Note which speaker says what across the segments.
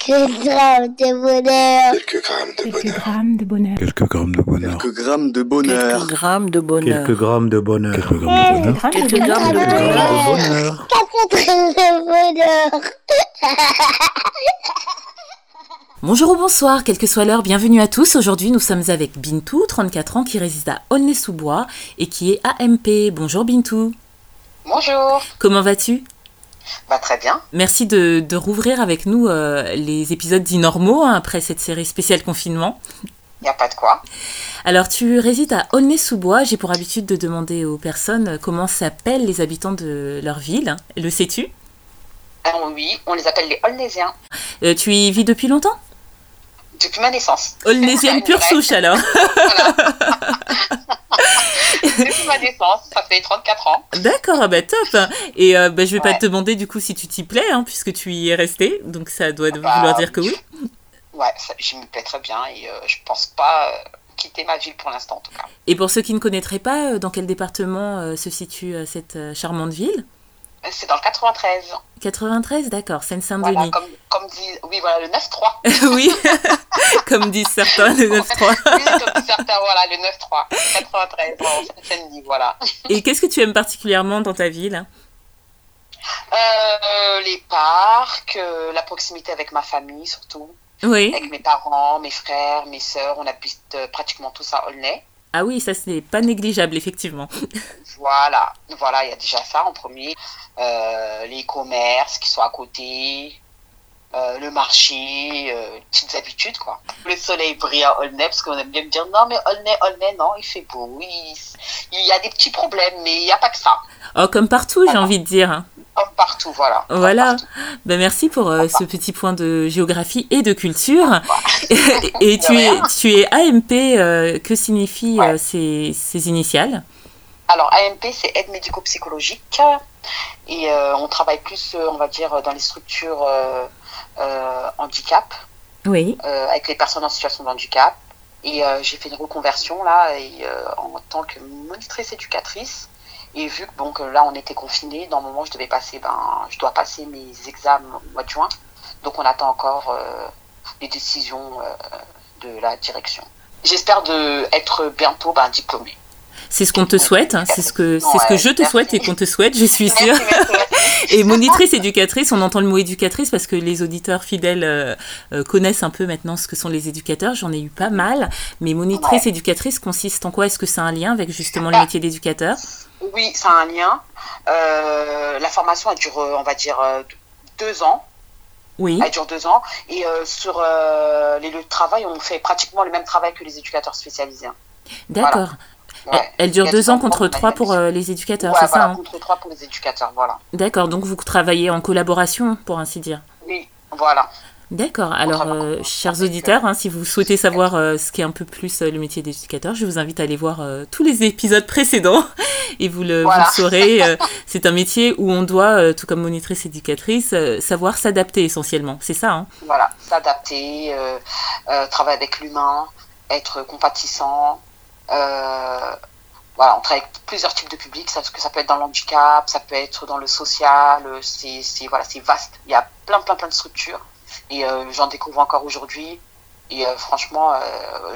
Speaker 1: Quelques grammes de bonheur.
Speaker 2: Quelques grammes de
Speaker 3: Quelques
Speaker 2: bonheur.
Speaker 3: grammes de bonheur.
Speaker 4: Quelques grammes de bonheur.
Speaker 5: Quelques grammes de
Speaker 6: Quelques
Speaker 5: bonheur.
Speaker 6: grammes de bonheur.
Speaker 7: Quelques grammes de bonheur.
Speaker 4: Quelques grammes de bonheur.
Speaker 3: Quelques
Speaker 6: Quelques grammes
Speaker 3: grammes de
Speaker 6: de
Speaker 3: bonheur.
Speaker 7: bonheur.
Speaker 1: Quatre grammes de bonheur.
Speaker 8: Bonjour ou bonsoir, quelle que soit l'heure, bienvenue à tous. Aujourd'hui, nous sommes avec Bintou, 34 ans, qui réside à Aulnay-sous-Bois et qui est AMP. Bonjour Bintou.
Speaker 9: Bonjour.
Speaker 8: Comment vas-tu
Speaker 9: Bah très bien.
Speaker 8: Merci de, de rouvrir avec nous euh, les épisodes dits normaux hein, après cette série spéciale confinement.
Speaker 9: Il n'y a pas de quoi.
Speaker 8: Alors, tu résides à Aulnay-sous-Bois. J'ai pour habitude de demander aux personnes euh, comment s'appellent les habitants de leur ville. Le sais-tu
Speaker 9: Alors oui, on les appelle les Holnésiens
Speaker 8: Euh, Tu y vis depuis longtemps
Speaker 9: depuis ma naissance.
Speaker 8: Aulnaysienne pure souche alors
Speaker 9: Depuis ma naissance, ça fait 34 ans.
Speaker 8: D'accord, ah bah top. Et euh, bah, je vais pas
Speaker 9: Ouais.
Speaker 8: te demander du coup si tu t'y plais, hein, puisque tu y es resté, donc ça doit
Speaker 9: Bah,
Speaker 8: vouloir dire que oui.
Speaker 9: Ouais, ça, je me plais très bien et euh, je pense pas euh, quitter ma ville pour l'instant en tout cas.
Speaker 8: Et pour ceux qui ne connaîtraient pas, euh, dans quel département euh, se situe euh, cette euh, charmante ville
Speaker 9: Euh, C'est dans le 93.
Speaker 8: 93, d'accord,
Speaker 9: Voilà,
Speaker 8: Seine-Saint-Denis.
Speaker 9: comme, comme dit, oui voilà, le 9-3.
Speaker 8: oui, comme disent certains, le 9-3.
Speaker 9: Oui, comme certains, voilà, le 9-3. 93, bon, samedi, voilà.
Speaker 8: Et qu'est-ce que tu aimes particulièrement dans ta ville
Speaker 9: Euh, les parcs, euh, la proximité avec ma famille surtout,
Speaker 8: Oui.
Speaker 9: avec mes parents, mes frères, mes sœurs, on habite euh, pratiquement tous à Aulnay.
Speaker 8: Ah oui, ça ce n'est pas négligeable, effectivement.
Speaker 9: Voilà, voilà, il y a déjà ça en premier. Euh, les commerces qui sont à côté, euh, le marché, euh, petites habitudes quoi. Le soleil brille à Aulnay parce qu'on aime bien me dire non mais Aulnay, Aulnay, non, il fait beau, il, il y a des petits problèmes, mais il n'y a pas que ça.
Speaker 8: Oh, comme partout, j'ai envie de dire. hein.
Speaker 9: Comme partout, voilà. Comme
Speaker 8: Voilà.
Speaker 9: partout.
Speaker 8: Ben, merci pour euh, ce petit point de géographie et de culture. et tu
Speaker 9: De
Speaker 8: es,
Speaker 9: rien.
Speaker 8: tu es AMP, euh, que signifient euh,
Speaker 9: Ouais.
Speaker 8: ces, ces initiales
Speaker 9: Alors AMP c'est aide médico-psychologique et euh, on travaille plus, euh, on va dire, dans les structures euh, euh, handicap.
Speaker 8: Oui.
Speaker 9: euh, avec les personnes en situation de handicap. Et euh, j'ai fait une reconversion là et, euh, en tant que monitrice éducatrice. Et vu que bon, que là on était confinés, dans le moment je devais passer, ben, je dois passer mes examens au mois de juin. Donc on attend encore euh, les décisions euh, de la direction. J'espère de être bientôt ben, diplômée.
Speaker 8: C'est ce qu'on te souhaite, hein, c'est ce que, c'est ce que
Speaker 9: Ouais,
Speaker 8: je te
Speaker 9: merci.
Speaker 8: souhaite et qu'on te souhaite, je suis
Speaker 9: Merci,
Speaker 8: sûre.
Speaker 9: merci, merci.
Speaker 8: Et monitrice éducatrice, on entend le mot éducatrice parce que les auditeurs fidèles euh, euh, connaissent un peu maintenant ce que sont les éducateurs, j'en ai eu pas mal. Mais monitrice éducatrice consiste en quoi Est-ce que ça a un lien avec justement le
Speaker 9: Ah.
Speaker 8: métier d'éducateur
Speaker 9: Oui, ça a un lien. Euh, la formation elle dure, euh, on va dire, euh, deux ans.
Speaker 8: Oui.
Speaker 9: Elle dure deux ans. Et euh, sur euh, les lieux de travail, on fait pratiquement le même travail que les éducateurs spécialisés. hein.
Speaker 8: D'accord.
Speaker 9: Ouais.
Speaker 8: Elle, elle dure
Speaker 9: Il y a
Speaker 8: deux
Speaker 9: des
Speaker 8: ans
Speaker 9: enfants
Speaker 8: contre
Speaker 9: qu'on a
Speaker 8: trois
Speaker 9: des
Speaker 8: pour
Speaker 9: habitudes.
Speaker 8: euh, les éducateurs,
Speaker 9: Ouais,
Speaker 8: c'est
Speaker 9: voilà,
Speaker 8: Ah, ça hein
Speaker 9: contre trois pour les éducateurs, voilà.
Speaker 8: D'accord, donc vous travaillez en collaboration pour ainsi dire.
Speaker 9: Oui, voilà.
Speaker 8: D'accord, alors
Speaker 9: travaille en
Speaker 8: euh,
Speaker 9: collaboration
Speaker 8: chers
Speaker 9: avec,
Speaker 8: auditeurs, hein, si vous souhaitez savoir euh, ce qu'est un peu plus euh, le métier d'éducateur, je vous invite à aller voir euh, tous les épisodes précédents et vous le, vous
Speaker 9: Voilà.
Speaker 8: le saurez. euh, c'est un métier où on doit, euh, tout comme monitrice éducatrice, euh, savoir s'adapter essentiellement, c'est ça hein
Speaker 9: Voilà, s'adapter, euh, euh, travailler avec l'humain, être compatissant. euh, voilà, on travaille avec plusieurs types de publics, ça, parce que ça peut être dans le handicap, ça peut être dans le social, euh, c'est c'est- voilà, c'est vaste. Il y a plein, plein, plein de structures. Et euh, j'en découvre encore aujourd'hui. Et euh, franchement, euh,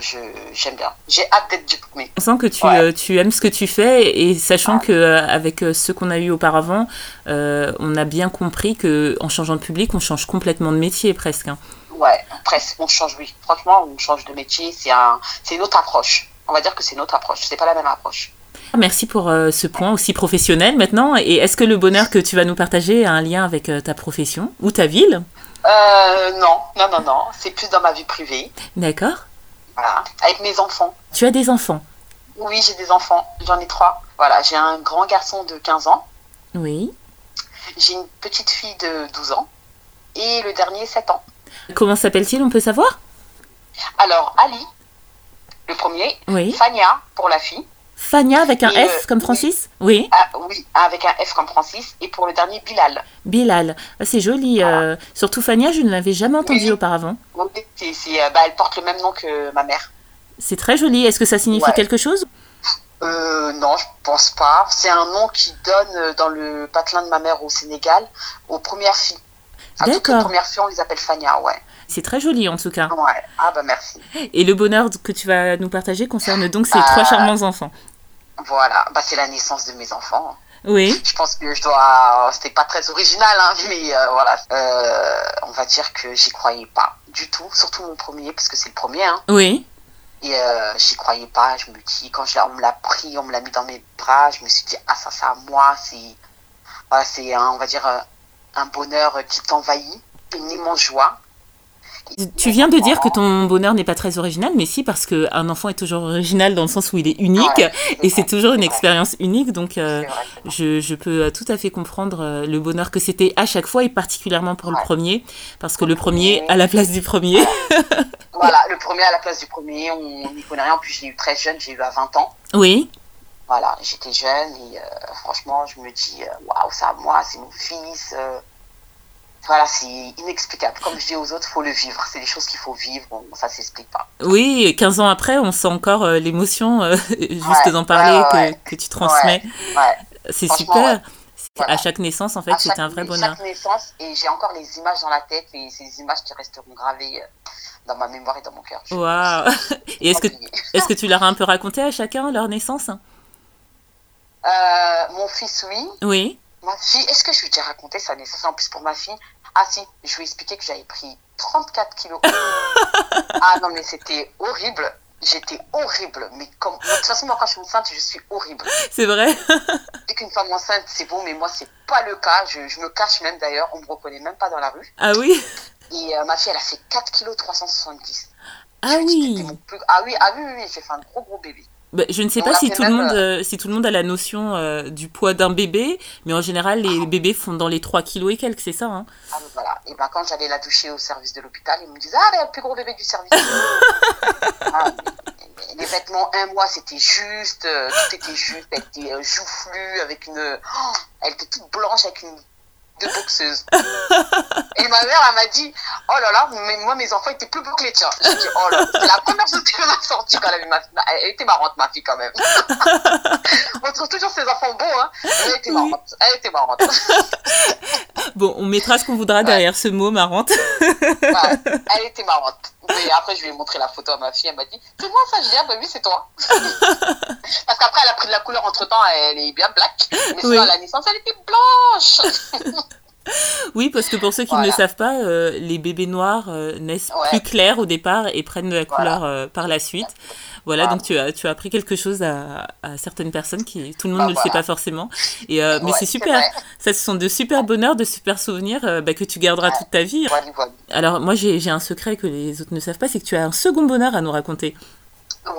Speaker 9: je- j'aime bien. J'ai hâte d'être diplômée.
Speaker 8: On sent que tu,
Speaker 9: Ouais.
Speaker 8: euh, tu aimes ce que tu fais et sachant que euh, avec euh, ceux qu'on a eu auparavant, euh, on a bien compris que en changeant de public, on change complètement de métier presque. hein.
Speaker 9: Ouais, presque. On change, oui. Franchement, on change de métier. C'est un, c'est une autre approche. On va dire que c'est une autre approche. C'est pas la même approche.
Speaker 8: Merci pour euh, ce point aussi professionnel maintenant. Et est-ce que le bonheur que tu vas nous partager a un lien avec euh, ta profession ou ta ville
Speaker 9: Euh, non, non, non, non. C'est plus dans ma vie privée.
Speaker 8: D'accord
Speaker 9: Voilà. Avec mes enfants.
Speaker 8: Tu as des enfants
Speaker 9: Oui, j'ai des enfants. J'en ai trois. Voilà. J'ai un grand garçon de 15 ans.
Speaker 8: Oui.
Speaker 9: J'ai une petite fille de 12 ans. Et le dernier, 7 ans.
Speaker 8: Comment s'appelle-t-il On peut savoir
Speaker 9: Alors, Ali, le premier.
Speaker 8: Oui.
Speaker 9: Fania, pour la fille.
Speaker 8: Fania avec un
Speaker 9: Et,
Speaker 8: F
Speaker 9: euh,
Speaker 8: comme Francis Oui.
Speaker 9: Ah, oui, avec un F comme Francis. Et pour le dernier, Bilal.
Speaker 8: Bilal. Ah, C'est joli. euh, surtout Fania, je ne l'avais jamais entendu
Speaker 9: Oui.
Speaker 8: auparavant.
Speaker 9: Donc, c'est, c'est, euh, bah, elle porte le même nom que ma mère.
Speaker 8: C'est très joli. Est-ce que ça signifie
Speaker 9: Ouais.
Speaker 8: quelque chose
Speaker 9: Euh, non, je pense pas. C'est un nom qui donne euh, dans le patelin de ma mère au Sénégal aux premières filles. À toutes les
Speaker 8: D'accord.
Speaker 9: premières filles, on les appelle Fania, ouais.
Speaker 8: C'est très joli en tout cas.
Speaker 9: ouais. Ah bah merci.
Speaker 8: Et le bonheur que tu vas nous partager concerne donc ces
Speaker 9: Ah.
Speaker 8: trois charmants enfants.
Speaker 9: Voilà, bah, c'est la naissance de mes enfants. hein.
Speaker 8: Oui,
Speaker 9: Je pense que je dois. euh, C'était pas très original, hein, mais euh, voilà. Euh, on va dire que j'y croyais pas du tout, surtout mon premier, parce que c'est le premier. Hein.
Speaker 8: oui,
Speaker 9: Et euh, j'y croyais pas. Je me dis, quand je, l'ai- on me l'a pris, on me l'a mis dans mes bras, je me suis dit, ah, ça, c'est à moi. C'est, voilà, c'est un- on va dire, euh, un bonheur qui t'envahit, une immense joie.
Speaker 8: Tu viens de dire que ton bonheur n'est pas très original, mais si, parce qu'un enfant est toujours original dans le sens où il est unique,
Speaker 9: Ouais,
Speaker 8: et c'est toujours une
Speaker 9: vrai,
Speaker 8: expérience unique, donc
Speaker 9: c'est
Speaker 8: euh,
Speaker 9: vrai, c'est vrai.
Speaker 8: je, je peux euh, tout à fait comprendre euh, le bonheur que c'était à chaque fois, et particulièrement pour le
Speaker 9: Ouais.
Speaker 8: premier, parce que le premier à la place du premier.
Speaker 9: Voilà, le premier à la place du premier, on n'y connaît rien. En plus, je l'ai eu très jeune, j'ai eu à 20 ans.
Speaker 8: Oui,
Speaker 9: Voilà, j'étais jeune et euh, franchement, je me dis, euh, waouh, c'est à moi, c'est mon fils. euh, voilà, c'est inexplicable. Comme je dis aux autres, faut le vivre. C'est des choses qu'il faut vivre, bon, ça s'explique pas.
Speaker 8: oui, et 15 ans après, on sent encore euh, l'émotion, euh, juste
Speaker 9: Ouais,
Speaker 8: d'en parler,
Speaker 9: ouais, ouais,
Speaker 8: que, que tu transmets.
Speaker 9: Ouais.
Speaker 8: C'est
Speaker 9: Franchement,
Speaker 8: super.
Speaker 9: Voilà.
Speaker 8: À chaque naissance, en fait,
Speaker 9: À
Speaker 8: c'était un
Speaker 9: chaque-
Speaker 8: vrai
Speaker 9: chaque
Speaker 8: bonheur.
Speaker 9: naissance, et j'ai encore les images dans la tête et ces images qui resteront gravées euh, dans ma mémoire et dans mon cœur. Je-
Speaker 8: Waouh Et est-ce que,
Speaker 9: Oublié.
Speaker 8: est-ce que tu leur as un peu raconté à chacun leur naissance
Speaker 9: Euh, mon fils, oui.
Speaker 8: Oui,
Speaker 9: Ma fille, est-ce que je lui ai déjà raconté sa naissance En plus, pour ma fille, ah si, je lui ai expliqué que j'avais pris 34 kilos. ah non, mais c'était horrible. J'étais horrible. Mais comme... De toute façon, moi, quand je suis enceinte, je suis horrible.
Speaker 8: c'est vrai.
Speaker 9: Dès qu'une femme enceinte, c'est bon, mais moi, c'est pas le cas. Je, je me cache même d'ailleurs, on me reconnaît même pas dans la rue.
Speaker 8: Ah oui
Speaker 9: Et euh, ma fille, elle a fait 4 kilos 370.
Speaker 8: Ah
Speaker 9: Je me dis,
Speaker 8: oui
Speaker 9: c'était mon plus- Ah oui, ah oui, oui, oui, j'ai fait un gros, gros bébé.
Speaker 8: Bah, Je ne sais
Speaker 9: On
Speaker 8: pas
Speaker 9: l'a
Speaker 8: si
Speaker 9: fait
Speaker 8: tout, le
Speaker 9: même,
Speaker 8: monde, euh, si tout le monde a la notion euh, du poids d'un bébé, mais en général, les bébés font dans les 3 kilos et quelques, c'est ça hein
Speaker 9: Ah, mais voilà. Et ben quand j'allais la toucher au service de l'hôpital, ils me disaient Ah, elle est le plus gros bébé du service. Ah, mais- mais les vêtements, un mois, c'était juste. euh, tout était juste. Elle était euh, joufflue, avec une. oh, elle était toute blanche, avec une. de boxeuse. Et ma mère, elle m'a dit Oh là là, mais moi, mes enfants étaient plus beaux que les tiens. J'ai dit Oh là, c'est la première chose qu'elle m'a sortie quand elle a vu ma fille. Elle était marrante, ma fille, quand même. On trouve toujours ses enfants beaux, hein. Mais Elle était
Speaker 8: Oui.
Speaker 9: marrante. Elle était marrante.
Speaker 8: Bon, on mettra ce qu'on voudra derrière ce mot marrante.
Speaker 9: Ouais, Bah, elle était marrante. Mais après, je lui ai montré la photo à ma fille. Elle m'a dit C'est moi ça, j'ai dit Ah, bah oui, c'est toi. Parce qu'après, elle a pris de la couleur entre temps. Elle est bien black. Mais sinon,
Speaker 8: Oui.
Speaker 9: à la naissance, elle était blanche.
Speaker 8: Oui, parce que pour ceux qui ne le
Speaker 9: Voilà.
Speaker 8: savent pas, euh, les bébés noirs euh, naissent
Speaker 9: Ouais.
Speaker 8: plus clairs au départ et prennent de la
Speaker 9: Voilà.
Speaker 8: couleur euh, par la suite. Voilà,
Speaker 9: Voilà.
Speaker 8: donc tu as, tu as appris quelque chose à, à certaines personnes qui, tout le monde
Speaker 9: Bah,
Speaker 8: ne le sait
Speaker 9: voilà.
Speaker 8: pas forcément. Et, euh, mais
Speaker 9: Ouais,
Speaker 8: c'est super,
Speaker 9: vrai.
Speaker 8: ça ce sont de super bonheurs, de super souvenirs euh, bah, que tu garderas
Speaker 9: Ouais.
Speaker 8: toute ta vie.
Speaker 9: Voilà, voilà.
Speaker 8: Alors moi j'ai j'ai un secret que les autres ne savent pas, c'est que tu as un second bonheur à nous raconter.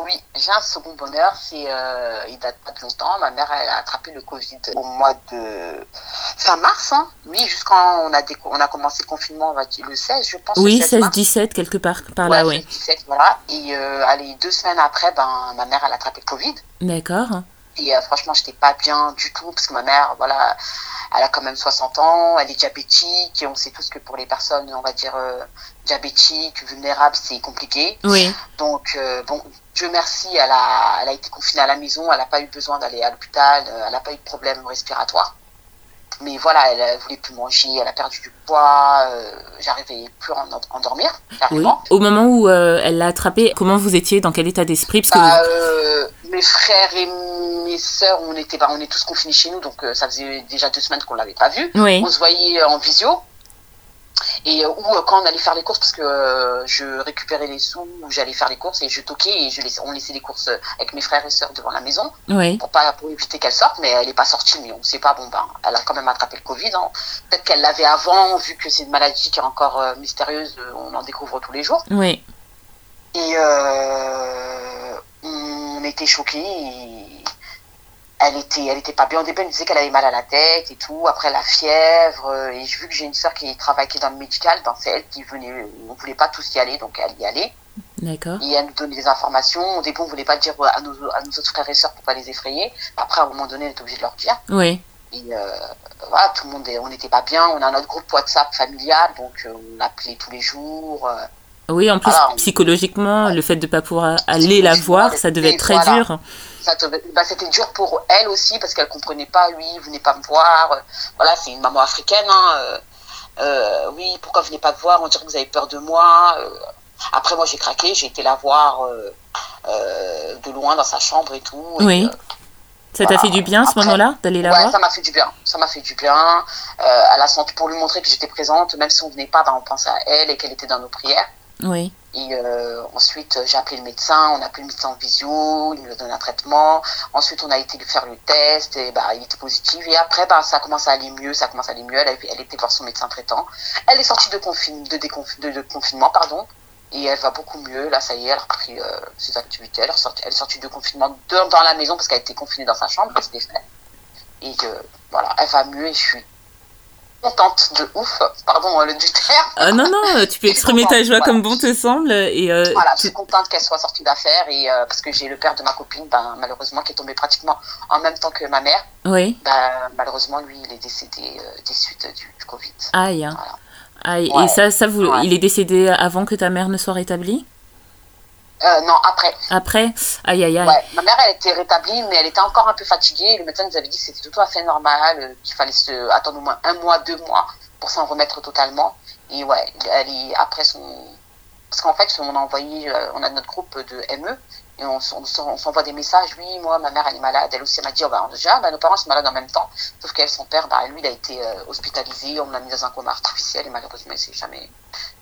Speaker 9: Oui, j'ai un second bonheur. C'est, euh, il date pas de longtemps. Ma mère, elle a attrapé le Covid au mois de fin mars. Hein. Oui, jusqu'en on a, déco- on a commencé le confinement, on va dire, le 16, je pense.
Speaker 8: Oui,
Speaker 9: le 16 mars.
Speaker 8: 16-17 quelque part par là,
Speaker 9: Ouais,
Speaker 8: oui.
Speaker 9: 17, voilà. Et euh, allez, deux semaines après, ben, ma mère, elle a attrapé le Covid.
Speaker 8: D'accord.
Speaker 9: Et euh, franchement, j'étais pas bien du tout parce que ma mère, voilà, elle a quand même 60 ans, elle est diabétique et on sait tous que pour les personnes, on va dire euh, diabétiques, vulnérables, c'est compliqué.
Speaker 8: Oui,
Speaker 9: Donc euh, bon, Dieu merci, elle a, elle a été confinée à la maison, elle n'a pas eu besoin d'aller à l'hôpital, euh, elle n'a pas eu de problème respiratoire. Mais voilà, elle, euh, voulait plus manger, elle a perdu du poids, euh, j'arrivais plus à en, en dormir,
Speaker 8: oui.
Speaker 9: carrément.
Speaker 8: Au moment où euh, elle l'a attrapé, comment vous étiez, dans quel état d'esprit Parce que
Speaker 9: Bah, euh, mes frères et mes sœurs, on était, bah, on est tous confinés chez nous, donc euh, ça faisait déjà deux semaines qu'on l'avait pas vu.
Speaker 8: oui,
Speaker 9: On se voyait euh, en visio. Et euh, ou euh, quand on allait faire les courses, parce que euh, je récupérais les sous, ou j'allais faire les courses et je toquais et je laissais- on laissait les courses euh, avec mes frères et sœurs devant la maison
Speaker 8: oui,
Speaker 9: pour pas pour éviter qu'elle sorte, mais elle n'est pas sortie, mais on ne sait pas. Bon ben, elle a quand même attrapé le Covid. hein. Peut-être qu'elle l'avait avant, vu que c'est une maladie qui est encore euh, mystérieuse, euh, on en découvre tous les jours.
Speaker 8: oui.
Speaker 9: Et euh, on était choqués. et elle était, elle était pas bien. Au début, elle me disait qu'elle avait mal à la tête et tout. Après, la fièvre. euh, Et je- vu que j'ai une soeur qui travaille qui est dans le médical, ben, c'est elle qui venait. On voulait pas tous y aller, donc elle y allait.
Speaker 8: D'accord.
Speaker 9: Et elle nous donnait des informations. Au début, on voulait pas dire à nos, à nos autres frères et sœurs pour pas les effrayer. Après, à un moment donné, on était obligé de leur dire.
Speaker 8: Oui,
Speaker 9: Et euh, voilà, tout le monde, est- on n'était pas bien. On a notre groupe WhatsApp familial, donc euh, on appelait tous les jours. euh,
Speaker 8: oui. En plus,
Speaker 9: Ah, on-
Speaker 8: psychologiquement, le fait de ne pas pouvoir aller la voir, ça devait être très
Speaker 9: Voilà.
Speaker 8: dur.
Speaker 9: Ça te- bah, c'était dur pour elle aussi parce qu'elle comprenait pas, oui, venez pas me voir. Voilà, c'est une maman africaine. hein, euh, euh, oui, pourquoi vous venez pas me voir On dirait que vous avez peur de moi. Euh, après, moi, j'ai craqué, j'ai été la voir euh, euh, de loin dans sa chambre et tout. Et,
Speaker 8: Oui.
Speaker 9: euh,
Speaker 8: Ça t'a
Speaker 9: Voilà.
Speaker 8: fait du bien à ce
Speaker 9: Après-
Speaker 8: moment-là d'aller la
Speaker 9: ouais,
Speaker 8: voir
Speaker 9: ça m'a fait du bien. Ça m'a fait du bien. Euh, à la santé, pour lui montrer que j'étais présente, même si on venait pas, ben, on pensait à elle et qu'elle était dans nos prières.
Speaker 8: Oui.
Speaker 9: Et euh, ensuite, j'ai appelé le médecin, on a appelé le médecin en visio, il me donne un traitement. Ensuite, on a été lui faire le test, et bah, il était positif. Et après, bah, ça commence à aller mieux, ça commence à aller mieux. Elle, a- elle était voir son médecin traitant. Elle est sortie de, confine, de, déconf- de, de confinement, pardon, et elle va beaucoup mieux. Là, ça y est, elle a repris euh, ses activités. Elle, est sortie- elle est sortie de confinement dans, dans la maison parce qu'elle était confinée dans sa chambre, elle se défait. Et euh, voilà, elle va mieux et je suis contente de ouf, pardon euh, le du terme.
Speaker 8: Ah non, non, euh, tu peux
Speaker 9: Je suis
Speaker 8: exprimer ta
Speaker 9: contente,
Speaker 8: joie
Speaker 9: voilà.
Speaker 8: comme bon te semble. Et euh,
Speaker 9: Voilà, je
Speaker 8: tu-
Speaker 9: suis contente qu'elle soit sortie d'affaires et euh, parce que j'ai le père de ma copine, ben, malheureusement, qui est tombé pratiquement en même temps que ma mère.
Speaker 8: Oui,
Speaker 9: Ben, malheureusement, lui, il est décédé euh, des suites du, du Covid.
Speaker 8: aïe. hein.
Speaker 9: Voilà.
Speaker 8: Aïe.
Speaker 9: Ouais,
Speaker 8: Et ça, ça vous...
Speaker 9: ouais.
Speaker 8: il est décédé avant que ta mère ne soit rétablie
Speaker 9: Euh, non, après.
Speaker 8: Après Aïe, aïe, aïe.
Speaker 9: Ouais, ma mère, elle était rétablie, mais elle était encore un peu fatiguée. Le médecin nous avait dit que c'était tout à fait normal, euh, qu'il fallait se... attendre au moins un mois, deux mois pour s'en remettre totalement. Et ouais, elle est... après son. Parce qu'en fait, on a envoyé, euh, on a notre groupe de ME et on, s- on s'en- on s'envoie des messages. Oui, moi, ma mère, elle est malade. Elle aussi, elle m'a dit, oh, bah, déjà, bah, nos parents sont malades en même temps. Sauf qu'elle, son père, bah, lui, il a été euh, hospitalisé. On l'a mis dans un coma artificiel et malheureusement, il s'est jamais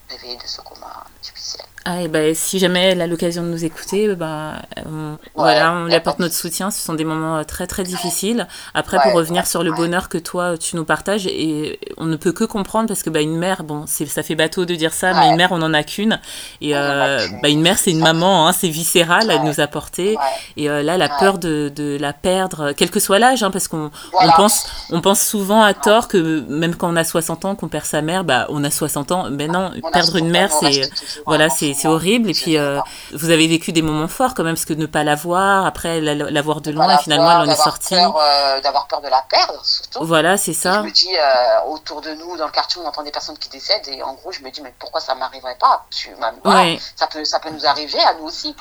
Speaker 9: réveillé de ce coma artificiel.
Speaker 8: Ah, et ben, si jamais elle a l'occasion de nous écouter, ben, on- voilà, on lui
Speaker 9: ouais.
Speaker 8: apporte notre soutien. Ce sont des moments euh, très très difficiles. Après,
Speaker 9: Ouais,
Speaker 8: pour revenir
Speaker 9: ouais,
Speaker 8: sur le
Speaker 9: ouais.
Speaker 8: bonheur que toi tu nous partages, et on ne peut que comprendre parce que bah, une mère, bon, c'est- ça fait bateau de dire ça, mais
Speaker 9: Ouais.
Speaker 8: une mère, on en a qu'une. Et
Speaker 9: On en a
Speaker 8: euh,
Speaker 9: qu'une.
Speaker 8: bah, une mère, c'est une maman, hein, c'est viscéral, elle
Speaker 9: Ouais.
Speaker 8: nous a porté.
Speaker 9: Ouais.
Speaker 8: Et euh, là, la
Speaker 9: Ouais.
Speaker 8: peur de, de la perdre, euh, quel que soit l'âge, hein, parce qu'on
Speaker 9: Voilà.
Speaker 8: on pense, on pense souvent à tort que même quand on a 60 ans, qu'on perd sa mère, bah, on a 60 ans. Ben non,
Speaker 9: On a
Speaker 8: perdre
Speaker 9: souvent-
Speaker 8: une mère,
Speaker 9: on
Speaker 8: c'est
Speaker 9: reste toujours
Speaker 8: voilà,
Speaker 9: un
Speaker 8: c'est c'est
Speaker 9: enfant.
Speaker 8: horrible. Et
Speaker 9: C'est
Speaker 8: puis, euh,
Speaker 9: énorme.
Speaker 8: vous avez vécu des moments forts quand même, parce que ne pas la voir, après la, la voir de
Speaker 9: Pas
Speaker 8: loin,
Speaker 9: la
Speaker 8: et finalement,
Speaker 9: voir,
Speaker 8: elle en est
Speaker 9: d'avoir
Speaker 8: sortie.
Speaker 9: peur, euh, D'avoir peur de la perdre, surtout.
Speaker 8: Voilà, c'est
Speaker 9: Et Je
Speaker 8: ça.
Speaker 9: me dis, euh, autour de nous, dans le quartier, on entend des personnes qui décèdent. Et en gros, je me dis, mais pourquoi ça m'arriverait pas Tu- ma- voilà,
Speaker 8: Ouais.
Speaker 9: ça, peut, ça peut nous arriver à nous aussi.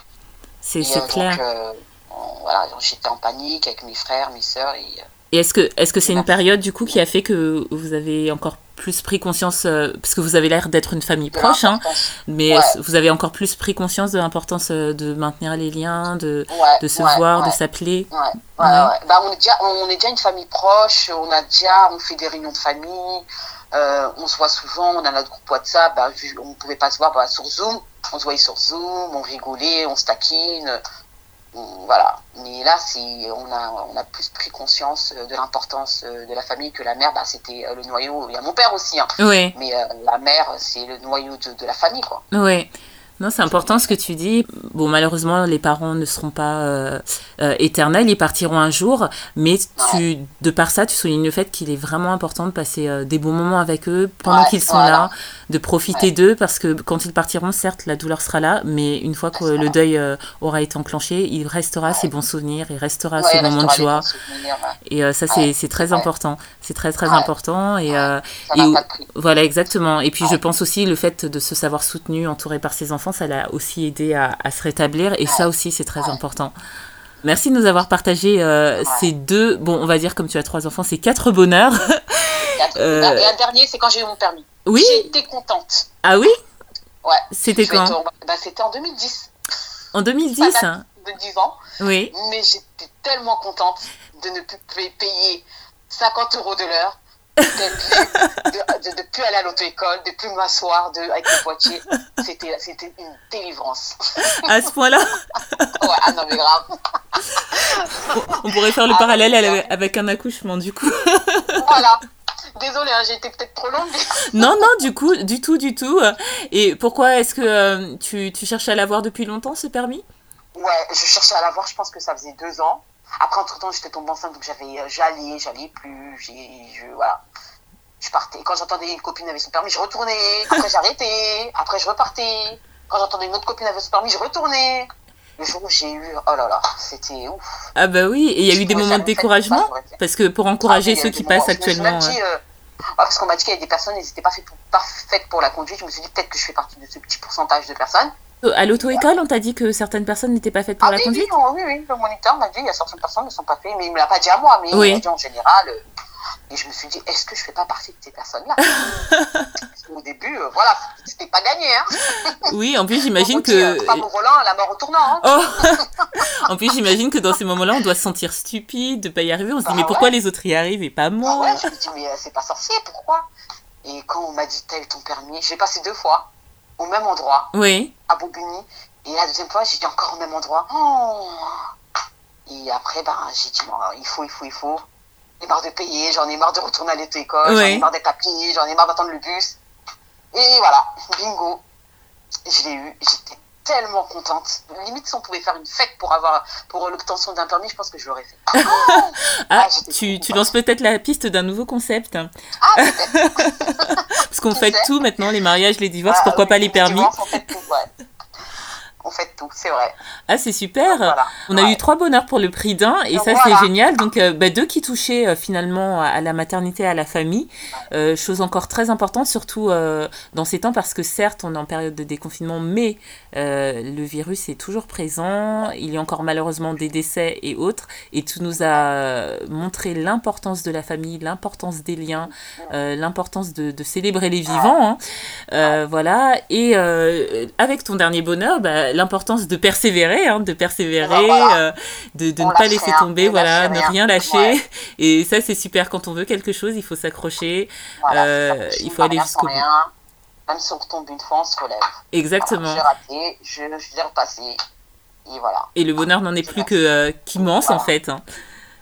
Speaker 8: C'est
Speaker 9: Et,
Speaker 8: c'est
Speaker 9: euh,
Speaker 8: clair.
Speaker 9: Donc, euh, on- voilà, donc j'étais en panique avec mes frères, mes sœurs. Et, euh,
Speaker 8: Et est-ce que est-ce que c'est une période du coup qui a fait que vous avez encore plus pris conscience, euh, parce que vous avez l'air d'être une famille
Speaker 9: de
Speaker 8: proche, hein,
Speaker 9: l'importance.
Speaker 8: mais
Speaker 9: Ouais.
Speaker 8: est-ce- vous avez encore plus pris conscience de l'importance euh, de maintenir les liens, de,
Speaker 9: Ouais,
Speaker 8: de se
Speaker 9: ouais,
Speaker 8: voir,
Speaker 9: ouais.
Speaker 8: de s'appeler.
Speaker 9: Ouais, ouais, ouais. Bah, on, est déjà, on est déjà une famille proche, on a déjà, on fait des réunions de famille, euh, on se voit souvent, on a notre groupe WhatsApp, bah, vu- on ne pouvait pas se voir bah, sur Zoom, on se voyait sur Zoom, on rigolait, on se taquine, euh, on- voilà. Mais là, c'est- on a, on a plus pris conscience euh, de l'importance euh, de la famille que la mère, bah, c'était euh, le noyau, il y a mon père aussi, hein,
Speaker 8: Oui,
Speaker 9: mais euh, la mère, c'est le noyau de, de la famille, quoi.
Speaker 8: oui. Non, c'est important ce que tu dis. Bon, malheureusement, les parents ne seront pas euh, euh, éternels, ils partiront un jour, mais tu, de par ça, tu soulignes le fait qu'il est vraiment important de passer euh, des bons moments avec eux pendant
Speaker 9: Ouais,
Speaker 8: qu'ils sont
Speaker 9: voilà.
Speaker 8: là, de profiter d'eux, parce que quand ils partiront, certes, la douleur sera là, mais une fois que
Speaker 9: Elle sera
Speaker 8: le
Speaker 9: là.
Speaker 8: deuil euh, aura été enclenché, il restera
Speaker 9: Ouais.
Speaker 8: ses bons souvenirs, il restera
Speaker 9: Ouais,
Speaker 8: ses moments de
Speaker 9: restera les
Speaker 8: joie.
Speaker 9: bons souvenirs, hein. ouais.
Speaker 8: Et euh, ça, c'est
Speaker 9: Ouais.
Speaker 8: c'est très
Speaker 9: Ouais.
Speaker 8: important. C'est très, très
Speaker 9: Ouais.
Speaker 8: important. Et,
Speaker 9: Ouais.
Speaker 8: euh,
Speaker 9: Ça
Speaker 8: Et
Speaker 9: n'a
Speaker 8: où-
Speaker 9: pas de prix.
Speaker 8: Voilà, exactement. Et puis je
Speaker 9: Ouais.
Speaker 8: pense aussi le fait de se savoir soutenu, entouré par ses enfants, ça l'a aussi aidé à, à se rétablir. Et ça aussi, c'est très
Speaker 9: Ouais.
Speaker 8: important. Merci de nous avoir partagé euh,
Speaker 9: Ouais.
Speaker 8: ces deux, bon, on va dire comme tu as trois enfants, ces quatre bonheurs.
Speaker 9: Quatre.
Speaker 8: Euh,
Speaker 9: Et un dernier, c'est quand j'ai eu mon permis.
Speaker 8: oui
Speaker 9: J'étais contente.
Speaker 8: Ah oui
Speaker 9: Ouais.
Speaker 8: C'était
Speaker 9: Je vais
Speaker 8: quand
Speaker 9: te- bah, C'était en 2010,
Speaker 8: En 2010
Speaker 9: Ça
Speaker 8: hein
Speaker 9: de 10 ans,
Speaker 8: Oui.
Speaker 9: mais j'étais tellement contente de ne plus pa- payer 50 euros de l'heure, d'être- de ne plus aller à l'auto-école, de plus m'asseoir de- avec le boîtier. C'était c'était une délivrance.
Speaker 8: À ce point-là,
Speaker 9: Ouais, ah non, mais grave.
Speaker 8: on pourrait faire le
Speaker 9: Ah,
Speaker 8: parallèle
Speaker 9: oui,
Speaker 8: avec- avec un accouchement, du coup.
Speaker 9: Voilà. Désolée, hein, j'ai été peut-être trop longue.
Speaker 8: Non, non, du coup, du tout, du tout. Et pourquoi est-ce que euh, tu, tu cherches à l'avoir depuis longtemps, ce permis
Speaker 9: Ouais, je cherchais à l'avoir, je pense que ça faisait deux ans. Après, entre-temps, j'étais tombée enceinte, donc j'avais, euh, j'allais, j'allais plus, j'ai, je, voilà. Je partais. Quand j'entendais une copine avait son permis, je retournais. Après, j'arrêtais. Après, je repartais. Quand j'entendais une autre copine avait son permis, je retournais. Le jour où j'ai eu, oh là là, c'était ouf.
Speaker 8: Ah bah oui, et il y a eu
Speaker 9: Je
Speaker 8: des
Speaker 9: pourrais
Speaker 8: moments
Speaker 9: faire
Speaker 8: de
Speaker 9: une fête pour ça,
Speaker 8: découragement
Speaker 9: j'aurais fait.
Speaker 8: Parce que pour
Speaker 9: Ah,
Speaker 8: encourager
Speaker 9: il y a
Speaker 8: ceux
Speaker 9: des
Speaker 8: qui
Speaker 9: moments-
Speaker 8: passent
Speaker 9: je me suis même
Speaker 8: actuellement. euh,
Speaker 9: dit, euh, ah, parce qu'on m'a dit qu'il y avait des personnes, elles n'étaient pas faites pour- pas faites pour la conduite. Je me suis dit, peut-être que je fais partie de ce petit pourcentage de personnes.
Speaker 8: Euh, À l'auto-école, on t'a dit que certaines personnes n'étaient pas faites pour
Speaker 9: ah
Speaker 8: la
Speaker 9: oui,
Speaker 8: conduite
Speaker 9: oui, on- oui, oui, le moniteur m'a dit, il y a certaines personnes qui ne sont pas faites, mais il ne me l'a pas dit à moi, mais
Speaker 8: Oui.
Speaker 9: il m'a dit en général, euh, Et je me suis dit, est-ce que je fais pas partie de ces personnes-là Parce qu'au début, euh, voilà, c'était pas gagné. Hein.
Speaker 8: Oui, en plus, j'imagine
Speaker 9: On dit, euh,
Speaker 8: que.
Speaker 9: Femme au volant, à la mort au tournant. hein.
Speaker 8: Oh En plus, j'imagine que dans ces moments-là, on doit se sentir stupide de pas y arriver. On se dit,
Speaker 9: Bah
Speaker 8: mais
Speaker 9: ouais.
Speaker 8: pourquoi les autres y arrivent et pas
Speaker 9: Ah
Speaker 8: moi
Speaker 9: ouais, je me dis, mais euh, c'est pas sorcier, pourquoi Et quand on m'a dit, tel ton permis, j'ai passé deux fois, au même endroit,
Speaker 8: Oui.
Speaker 9: à Bobigny. Et la deuxième fois, j'ai dit encore au même endroit. Oh. Et après, ben, j'ai dit, non, il faut, il faut, il faut. J'en ai marre de payer, j'en ai marre de retourner à l'auto-école, j'en
Speaker 8: Ouais.
Speaker 9: ai marre d'être à pied, j'en ai marre d'attendre le bus. Et voilà, bingo. Je l'ai eu, j'étais tellement contente. Limite, si on pouvait faire une fête pour avoir pour l'obtention d'un permis, je pense que je l'aurais fait.
Speaker 8: Ah,
Speaker 9: Ah, j'étais
Speaker 8: tu,
Speaker 9: trop
Speaker 8: tu lances peut-être la piste d'un nouveau concept.
Speaker 9: Ah, peut-être.
Speaker 8: Parce qu'on
Speaker 9: Qui
Speaker 8: fête
Speaker 9: sait
Speaker 8: tout maintenant, les mariages, les divorces,
Speaker 9: Ah,
Speaker 8: pourquoi
Speaker 9: oui,
Speaker 8: pas les permis
Speaker 9: divorces, on fait tout, ouais. On fait tout, c'est vrai.
Speaker 8: Ah, c'est super
Speaker 9: Voilà.
Speaker 8: On a
Speaker 9: Ouais.
Speaker 8: eu trois bonheurs pour le prix d'un, et
Speaker 9: Donc
Speaker 8: ça,
Speaker 9: voilà.
Speaker 8: c'est génial. Donc, euh, bah, deux qui touchaient euh, finalement à, à la maternité, à la famille. Euh, chose encore très importante, surtout euh, dans ces temps, parce que certes, on est en période de déconfinement, mais euh, le virus est toujours présent. Il y a encore malheureusement des décès et autres. Et tu nous as euh, montré l'importance de la famille, l'importance des liens, euh, l'importance de, de célébrer les vivants. hein. Euh, voilà. Et euh, avec ton dernier bonheur, bah, l'importance de persévérer, hein, de persévérer,
Speaker 9: Ah, Voilà.
Speaker 8: euh, de, de
Speaker 9: On
Speaker 8: ne pas
Speaker 9: lâche
Speaker 8: laisser
Speaker 9: rien,
Speaker 8: tomber,
Speaker 9: on
Speaker 8: voilà,
Speaker 9: lâche
Speaker 8: ne
Speaker 9: rien.
Speaker 8: rien lâcher.
Speaker 9: Ouais.
Speaker 8: Et ça, c'est super. Quand on veut quelque chose, il faut s'accrocher.
Speaker 9: Voilà,
Speaker 8: Euh,
Speaker 9: c'est parti,
Speaker 8: il faut
Speaker 9: par
Speaker 8: aller
Speaker 9: rien,
Speaker 8: jusqu'au
Speaker 9: sans
Speaker 8: bout.
Speaker 9: rien. Même si on retombe une fois, on se relève.
Speaker 8: Exactement.
Speaker 9: Voilà, J'ai raté, je, je l'ai repassé. Et voilà.
Speaker 8: Et le bonheur n'en est plus que euh, qu'immense, en
Speaker 9: Voilà.
Speaker 8: fait. hein.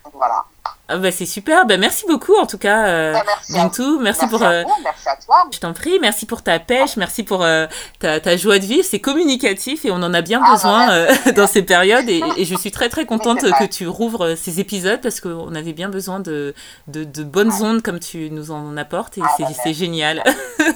Speaker 9: Donc, voilà.
Speaker 8: Ah, bah, c'est super. Bah, merci beaucoup, en tout cas, euh,
Speaker 9: Ouais, merci à
Speaker 8: Bintou. Merci, pour.
Speaker 9: à
Speaker 8: euh,
Speaker 9: vous, merci à toi.
Speaker 8: je t'en prie, merci pour ta pêche, merci pour euh, ta, ta joie de vivre. C'est communicatif et on en a bien
Speaker 9: Ah, bah,
Speaker 8: besoin euh,
Speaker 9: merci.
Speaker 8: dans ces périodes. Et, et je suis très très contente
Speaker 9: c'est vrai.
Speaker 8: que tu rouvres euh, ces épisodes parce qu'on avait bien besoin de, de, de bonnes ondes comme tu nous en apportes et
Speaker 9: Ah,
Speaker 8: c'est-
Speaker 9: bah,
Speaker 8: c'est génial.
Speaker 9: Plaisir.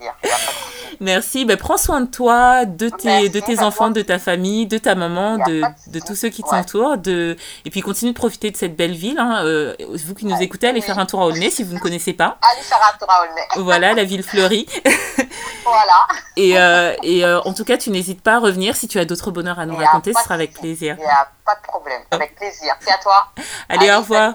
Speaker 9: Il y a pas de souci.
Speaker 8: Merci. Ben, prends soin de toi, de tes,
Speaker 9: Merci,
Speaker 8: de tes
Speaker 9: d'accord.
Speaker 8: enfants, de ta famille, de ta maman,
Speaker 9: Y a
Speaker 8: de,
Speaker 9: pas de
Speaker 8: de tous ceux qui
Speaker 9: Ouais.
Speaker 8: t'entourent. De... Et puis continue de profiter de cette belle ville. hein. Euh, vous qui nous
Speaker 9: Ouais,
Speaker 8: écoutez, allez
Speaker 9: oui.
Speaker 8: faire un tour à Aulnay si vous ne connaissez pas.
Speaker 9: Allez, Sarah, Tora Olney.
Speaker 8: Voilà, la ville fleurie.
Speaker 9: Voilà.
Speaker 8: Et, euh, et euh, en tout cas, tu n'hésites pas à revenir si tu as d'autres bonheurs à nous
Speaker 9: Il y a
Speaker 8: raconter,
Speaker 9: pas
Speaker 8: ce
Speaker 9: de
Speaker 8: sera avec
Speaker 9: souci.
Speaker 8: plaisir.
Speaker 9: Il n'y a pas de problème. Avec plaisir. C'est à toi.
Speaker 8: Allez,
Speaker 9: Allez,
Speaker 8: au revoir.